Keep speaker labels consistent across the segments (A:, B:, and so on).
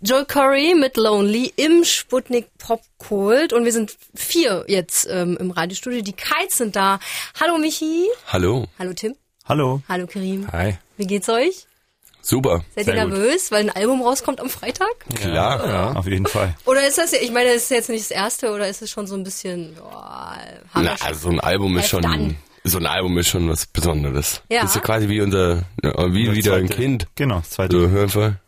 A: Joe Curry mit Lonely im Sputnik Pop Kult und wir sind vier jetzt ähm, im Radiostudio. Die Kites sind da. Hallo Michi.
B: Hallo.
A: Hallo Tim.
C: Hallo.
A: Hallo Karim.
B: Hi.
A: Wie geht's euch?
B: Super.
A: Seid ihr
B: Sehr gut.
A: nervös, weil ein Album rauskommt am Freitag?
B: Klar. Ja.
C: Auf jeden Fall.
A: Oder ist das, ja- ich meine, das ist jetzt nicht das erste oder ist es schon so ein bisschen, oh, haben
B: Na,
A: wir schon-
B: also so ein Album ist
A: Erst
B: schon,
A: dann.
B: so ein Album ist schon was Besonderes.
A: Ja.
B: Das ist ja quasi wie unser, ja, wie
C: Das
B: wieder ein
C: zweite-
B: Kind.
C: Genau, das zweite.
B: So, hör mal.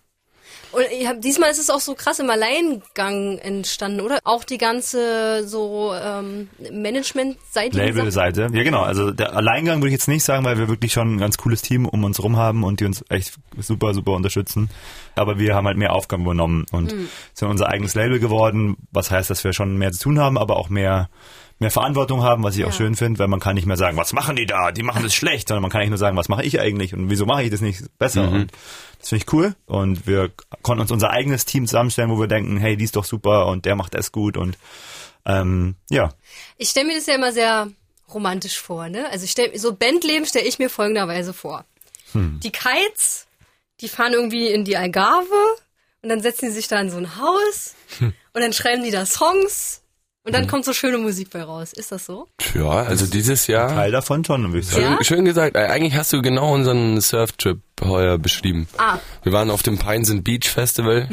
A: Und ich hab, diesmal ist es auch so krass im Alleingang entstanden, oder? Auch die ganze so ähm, Management-Seite.
C: Label-Seite. Ja, genau. Also der Alleingang würde ich jetzt nicht sagen, weil wir wirklich schon ein ganz cooles Team um uns rum haben und die uns echt super, super unterstützen. Aber wir haben halt mehr Aufgaben übernommen und
A: Hm.
C: sind unser eigenes Label geworden, was heißt, dass wir schon mehr zu tun haben, aber auch mehr mehr Verantwortung haben, was ich auch schön finde, weil man kann nicht mehr sagen, was machen die da? Die machen das schlecht, sondern man kann nicht nur sagen, was mache ich eigentlich und wieso mache ich das nicht besser? Und das finde ich cool und wir konnten uns unser eigenes Team zusammenstellen, wo wir denken, hey, die ist doch super und der macht das gut und ähm, ja,
A: Ich stelle mir das ja immer sehr romantisch vor, ne? Also ich stell, so Bandleben stelle ich mir folgenderweise vor. Die Kites, die fahren irgendwie in die Algarve und dann setzen die sich da in so ein Haus und dann schreiben die da Songs und dann kommt so schöne Musik bei raus. Ist das so?
B: Ja, also dieses Jahr.
C: Teil davon schon, würde ich sagen.
A: Ja.
B: Schön, schön gesagt. Äh, Eigentlich hast du genau unseren Surftrip heuer beschrieben.
A: Ah. Mhm.
B: Wir waren auf dem Pines and Beach Festival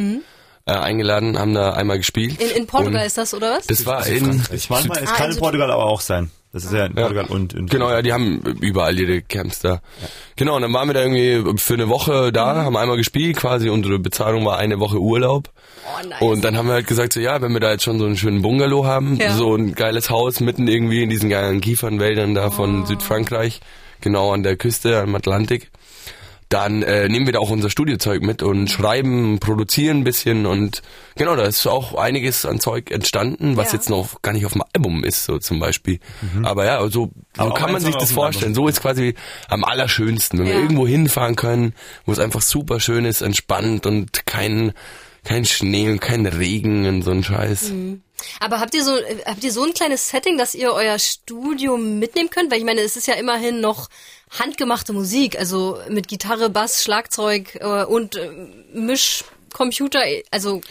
B: äh, eingeladen, haben da einmal gespielt.
A: In, in Portugal
B: Und
A: ist das, oder was?
B: Das war in
C: Ich manchmal, es
A: Ah,
C: kann
A: also
C: in Portugal aber auch sein. Das ist ja in
B: Ja.
C: Portugal und in
B: Genau, ja, die haben überall ihre Camps da. Genau, und dann waren wir da irgendwie für eine Woche da,
A: Mhm.
B: haben einmal gespielt quasi, unsere Bezahlung war eine Woche Urlaub.
A: Oh nice.
B: Und dann haben wir halt gesagt, so ja, wenn wir da jetzt schon so einen schönen Bungalow haben,
A: Ja.
B: so ein geiles Haus mitten irgendwie in diesen geilen Kiefernwäldern da
A: Oh.
B: von Südfrankreich, genau an der Küste, am Atlantik, dann äh, nehmen wir da auch unser Studiozeug mit und schreiben, produzieren ein bisschen und genau, da ist auch einiges an Zeug entstanden, was
A: Ja.
B: jetzt noch gar nicht auf dem Album ist, so zum Beispiel. Aber ja, so, so
C: Aber auch
B: kann man
C: eins
B: sich
C: haben wir
B: das
C: auf dem Album.
B: vorstellen. So ist quasi am allerschönsten, wenn
A: Ja.
B: wir irgendwo hinfahren können, wo es einfach super schön ist, entspannt und kein, kein Schnee und kein Regen und so ein Scheiß.
A: Mhm. Aber habt ihr so äh, habt ihr so ein kleines Setting, dass ihr euer Studio mitnehmen könnt? Weil ich meine, es ist ja immerhin noch handgemachte Musik, also mit Gitarre, Bass, Schlagzeug äh, und äh, Mischcomputer. äh, Also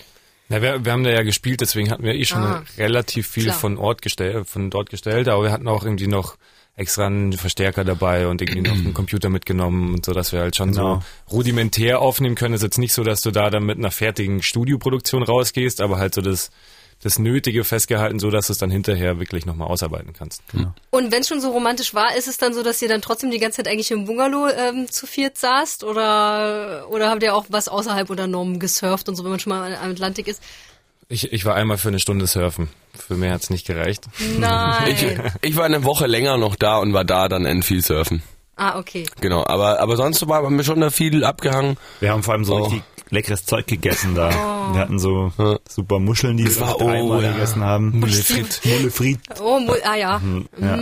D: Na, wir, wir haben da ja gespielt, deswegen hatten wir eh schon
A: Ah,
D: relativ viel
A: klar.
D: von Ort gestellt, von dort gestellt, aber wir hatten auch irgendwie noch extra einen Verstärker dabei und irgendwie noch einen Computer mitgenommen und so, dass wir halt schon
C: Genau.
D: so rudimentär aufnehmen können. Ist jetzt nicht so, dass du da dann mit einer fertigen Studioproduktion rausgehst, aber halt so das, das Nötige festgehalten, so dass du es dann hinterher wirklich nochmal ausarbeiten kannst.
A: und wenn schon so romantisch war, ist es dann so, dass ihr dann trotzdem die ganze Zeit eigentlich im Bungalow ähm, zu viert saßt oder oder habt ihr auch was außerhalb unternommen, gesurft und so, wenn man schon mal am Atlantik ist?
D: Ich, ich war einmal für eine Stunde surfen. Für mehr hat's nicht gereicht.
A: Mhm. Nein.
B: Ich, ich war eine Woche länger noch da und war da dann end viel surfen.
A: ah okay.
B: Genau, aber, aber sonst war haben wir schon da viel abgehangen.
C: Wir haben vor allem so
B: Oh.
C: richtig leckeres Zeug gegessen da.
A: Oh.
C: Wir hatten so super Muscheln, die wir
B: war-
C: mit einmal
B: oh, ja.
C: gegessen haben.
B: Mullefrit.
C: Mullefrit.
A: Oh mu- ah ja.
C: Ja.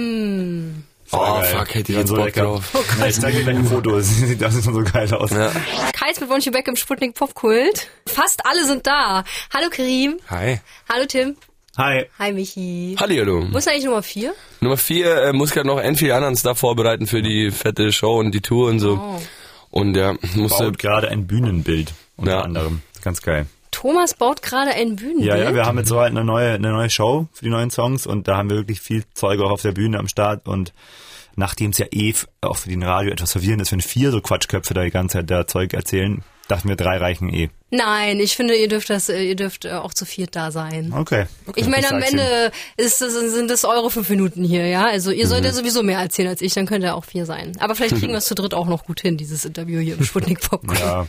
B: Oh,
C: geil.
B: fuck, hätte
C: Die
B: ich
C: waren
B: jetzt
C: so
B: Bock
C: lecker.
B: drauf.
A: Oh
C: Ja, ich zeig dir gleich ein Foto, das sieht das sieht schon so geil aus.
B: Ja.
A: Kites mit Wonchi Beck im Sputnik Popkult. Fast alle sind da. Hallo Karim.
D: Hi.
A: Hallo Tim.
C: Hi.
A: Hi Michi.
B: Hallihallo.
A: Wo ist eigentlich Nummer vier?
B: Nummer vier äh, muss gerade noch end viel anderen Stuff vorbereiten für die fette Show und die Tour und so.
A: Oh.
B: Und ja, äh, musste.
C: Baut gerade ein Bühnenbild, unter
B: Ja.
C: anderem. Ganz geil.
A: Thomas baut gerade ein Bühnenbild.
C: Ja, ja, wir haben jetzt so halt eine neue, eine neue Show für die neuen Songs und da haben wir wirklich viel Zeug auch auf der Bühne am Start und nachdem es ja eh f- auch für den Radio etwas verwirrend ist, wenn vier so Quatschköpfe da die ganze Zeit da Zeug erzählen, dachten wir, drei reichen eh.
A: Nein, ich finde, ihr dürft das, äh, ihr dürft äh, auch zu viert da sein.
C: Okay.
A: Ich meine,
C: Ich
A: am
C: sag's
A: Ende ist das, sind das eure fünf Minuten hier, ja? Also ihr
C: Mhm.
A: sollt ja sowieso mehr erzählen als ich, dann könnt ihr auch vier sein. Aber vielleicht kriegen wir es zu dritt auch noch gut hin, dieses Interview hier im Sputnik Popcorn.
C: Ja,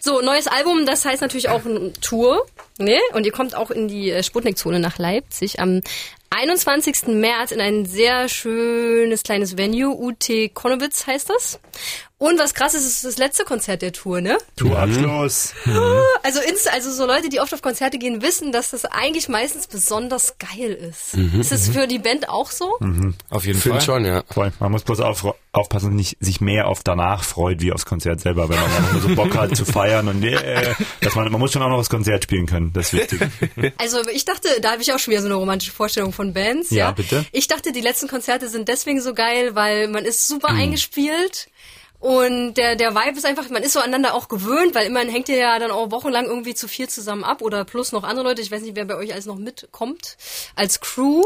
A: So, neues Album, das heißt natürlich auch eine Tour. Ne? Und ihr kommt auch in die äh, Sputnik-Zone nach Leipzig am 21. März in ein sehr schönes kleines Venue. UT Konowitz heißt das. Und was krass ist, ist das letzte Konzert der Tour, ne?
C: Mhm. Tourabschluss.
A: Also, inst also so Leute, die oft auf Konzerte gehen, wissen, dass das eigentlich meistens besonders geil ist. Ist das für die Band auch so?
D: Auf jeden
B: Find
D: Fall.
B: schon, ja.
C: Voll. Man muss bloß auf, aufpassen, dass nicht sich mehr auf danach freut wie aufs Konzert selber, wenn man einfach nur so Bock hat zu feiern und äh, dass man, man muss schon auch noch das Konzert spielen können. Das ist wichtig.
A: Also ich dachte, da habe ich auch schon wieder so eine romantische Vorstellung von Bands. Ja,
C: Ja, bitte.
A: Ich dachte, die letzten Konzerte sind deswegen so geil, weil man ist super eingespielt Und der, der Vibe ist einfach, man ist so aneinander auch gewöhnt, weil immerhin hängt ihr ja dann auch wochenlang irgendwie zu viel zusammen ab oder plus noch andere Leute. Ich weiß nicht, wer bei euch alles noch mitkommt als Crew.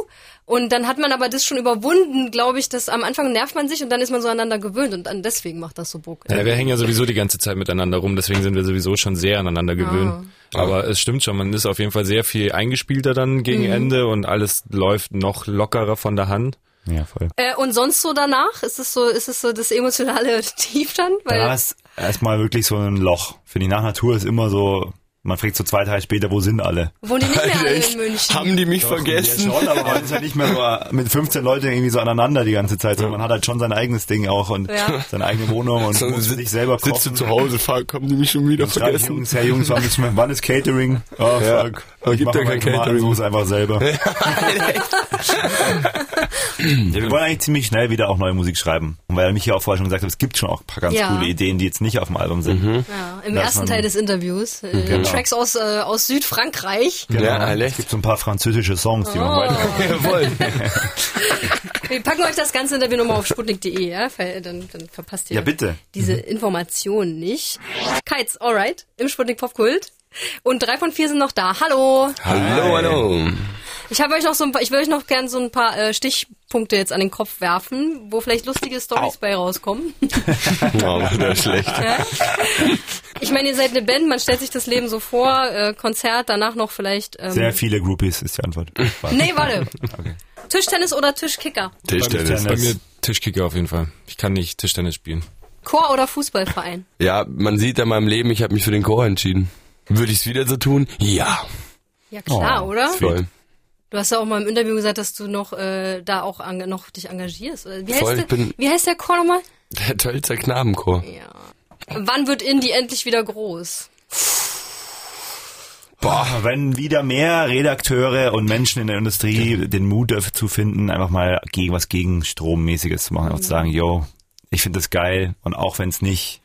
A: Und dann hat man aber das schon überwunden, glaube ich, dass am Anfang nervt man sich und dann ist man so aneinander gewöhnt und dann deswegen macht das so Bock.
D: Ja, wir hängen ja sowieso die ganze Zeit miteinander rum, deswegen sind wir sowieso schon sehr aneinander gewöhnt. Aber es stimmt schon, man ist auf jeden Fall sehr viel eingespielter dann gegen Ende und alles läuft noch lockerer von der Hand.
C: Ja, voll.
A: Äh, und sonst so danach? Ist es so, ist es so das emotionale Tief dann? Weil,
C: Da ist erstmal wirklich so ein Loch. Finde ich, nach Natur ist immer so, man fragt so zwei Tage später, wo sind alle?
A: wohnen die nicht mehr alle
B: Echt?
A: in München?
B: Haben die mich vergessen?
C: Ja, schon, aber man ist halt nicht mehr so mit 15 Leuten irgendwie so aneinander die ganze Zeit, sondern man hat halt schon sein eigenes Ding auch und
A: Ja.
C: seine eigene Wohnung und muss
B: sit-
C: sich selber kochen.
B: sitzt du zu Hause, fuck, haben die mich schon wieder
C: Dann schreibe ich,
B: vergessen?
C: Jungs, ja, Jungs, wann ist, wann ist Catering? Oh,
B: Ja.
C: fuck.
B: Aber gibt
C: mache
B: ja kein
C: meine Tomatensauce einfach selber. Ja, wir wollen eigentlich ziemlich schnell wieder auch neue Musik schreiben. Und weil mich ja auch vorher schon gesagt hat, es gibt schon auch ein paar ganz
A: Ja.
C: coole Ideen, die jetzt nicht auf dem Album sind.
B: Mhm.
A: Ja, im
C: Lass
A: ersten
C: mal-
A: Teil des Interviews. Äh,
C: Genau.
A: Tracks aus, äh, aus Südfrankreich.
B: Ja,
C: es
B: Alex.
C: gibt so ein paar französische Songs, die man weiter.
B: Jawohl.
A: Wir packen euch das ganze Interview nochmal auf sputnik.de, ja? Ver- Dann, dann verpasst ihr
C: Ja, bitte. Mhm.
A: diese Information nicht. Kites, alright, im Sputnik Popkult. Und drei von vier sind noch da. Hallo!
B: Hallo, hallo.
A: Ich habe euch noch so ein paar, ich will euch noch gern so ein paar äh, Stichpunkte jetzt an den Kopf werfen, wo vielleicht lustige Stories bei rauskommen.
B: Wow, war das schlecht.
A: Ich meine, ihr seid eine Band, man stellt sich das Leben so vor, äh, Konzert, danach noch vielleicht. Ähm,
C: Sehr viele Groupies ist die Antwort.
A: nee, warte. Tischtennis oder Tischkicker?
B: Tischtennis.
D: Bei mir Tischkicker auf jeden Fall. Ich kann nicht Tischtennis spielen.
A: Chor oder Fußballverein?
B: Ja, man sieht an meinem Leben, ich habe mich für den Chor entschieden. Würde ich's wieder so tun? Ja.
A: Ja klar,
C: Oh,
A: oder?
B: Voll.
A: Du hast ja auch mal im Interview gesagt, dass du noch äh, da auch an, noch dich engagierst. oder? Wie heißt,
B: Voll,
A: der,
B: ich bin-
A: wie heißt der Chor nochmal?
B: Der Tölzer Knabenchor.
A: Ja. Wann wird Indie endlich wieder groß?
C: Boah, wenn wieder mehr Redakteure und Menschen in der Industrie den Mut dazu finden, einfach mal gegen was gegen Strommäßiges zu machen, einfach zu sagen, yo, ich finde das geil und auch wenn es nicht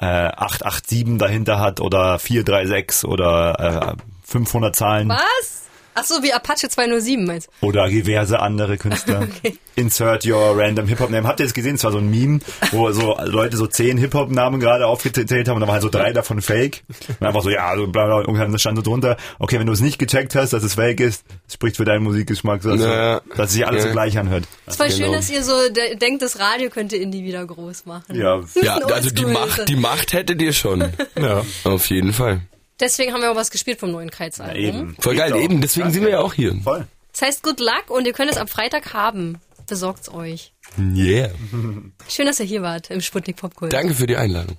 C: äh, 887 dahinter hat oder 436 oder äh, 500 Zahlen
A: Was? Ach so, wie Apache 207 meinst du?
C: oder diverse andere Künstler. Insert your random Hip-Hop-Name. Habt ihr das gesehen? Es war so ein Meme, wo so Leute so zehn Hip-Hop-Namen gerade aufgezählt haben und da waren halt so drei davon fake. Und einfach so, ja, so bla bla, und irgendwann stand so drunter, okay, wenn du es nicht gecheckt hast, dass es fake ist, das spricht für deinen Musikgeschmack, dass,
B: Ja.
C: dass sich alles so
B: Ja.
C: gleich anhört.
A: Es war schön,
B: genau.
A: dass ihr so de denkt, das Radio könnte Indie wieder groß machen.
B: Ja,
C: Ja,
A: Oldschool
B: also die
A: ist
B: Macht,
A: das.
B: die Macht hättet ihr schon.
D: Ja.
B: Auf jeden Fall.
A: Deswegen haben wir auch was gespielt vom neuen Kreuzalbum.
C: eben.
B: Voll geil,
C: Geht doch.
B: eben, deswegen sind wir ja auch hier.
C: Voll.
A: Das heißt Good Luck und ihr könnt es ab Freitag haben. Besorgt's euch.
B: Yeah.
A: Schön, dass ihr hier wart im Sputnik Popkult.
B: Danke für die Einladung.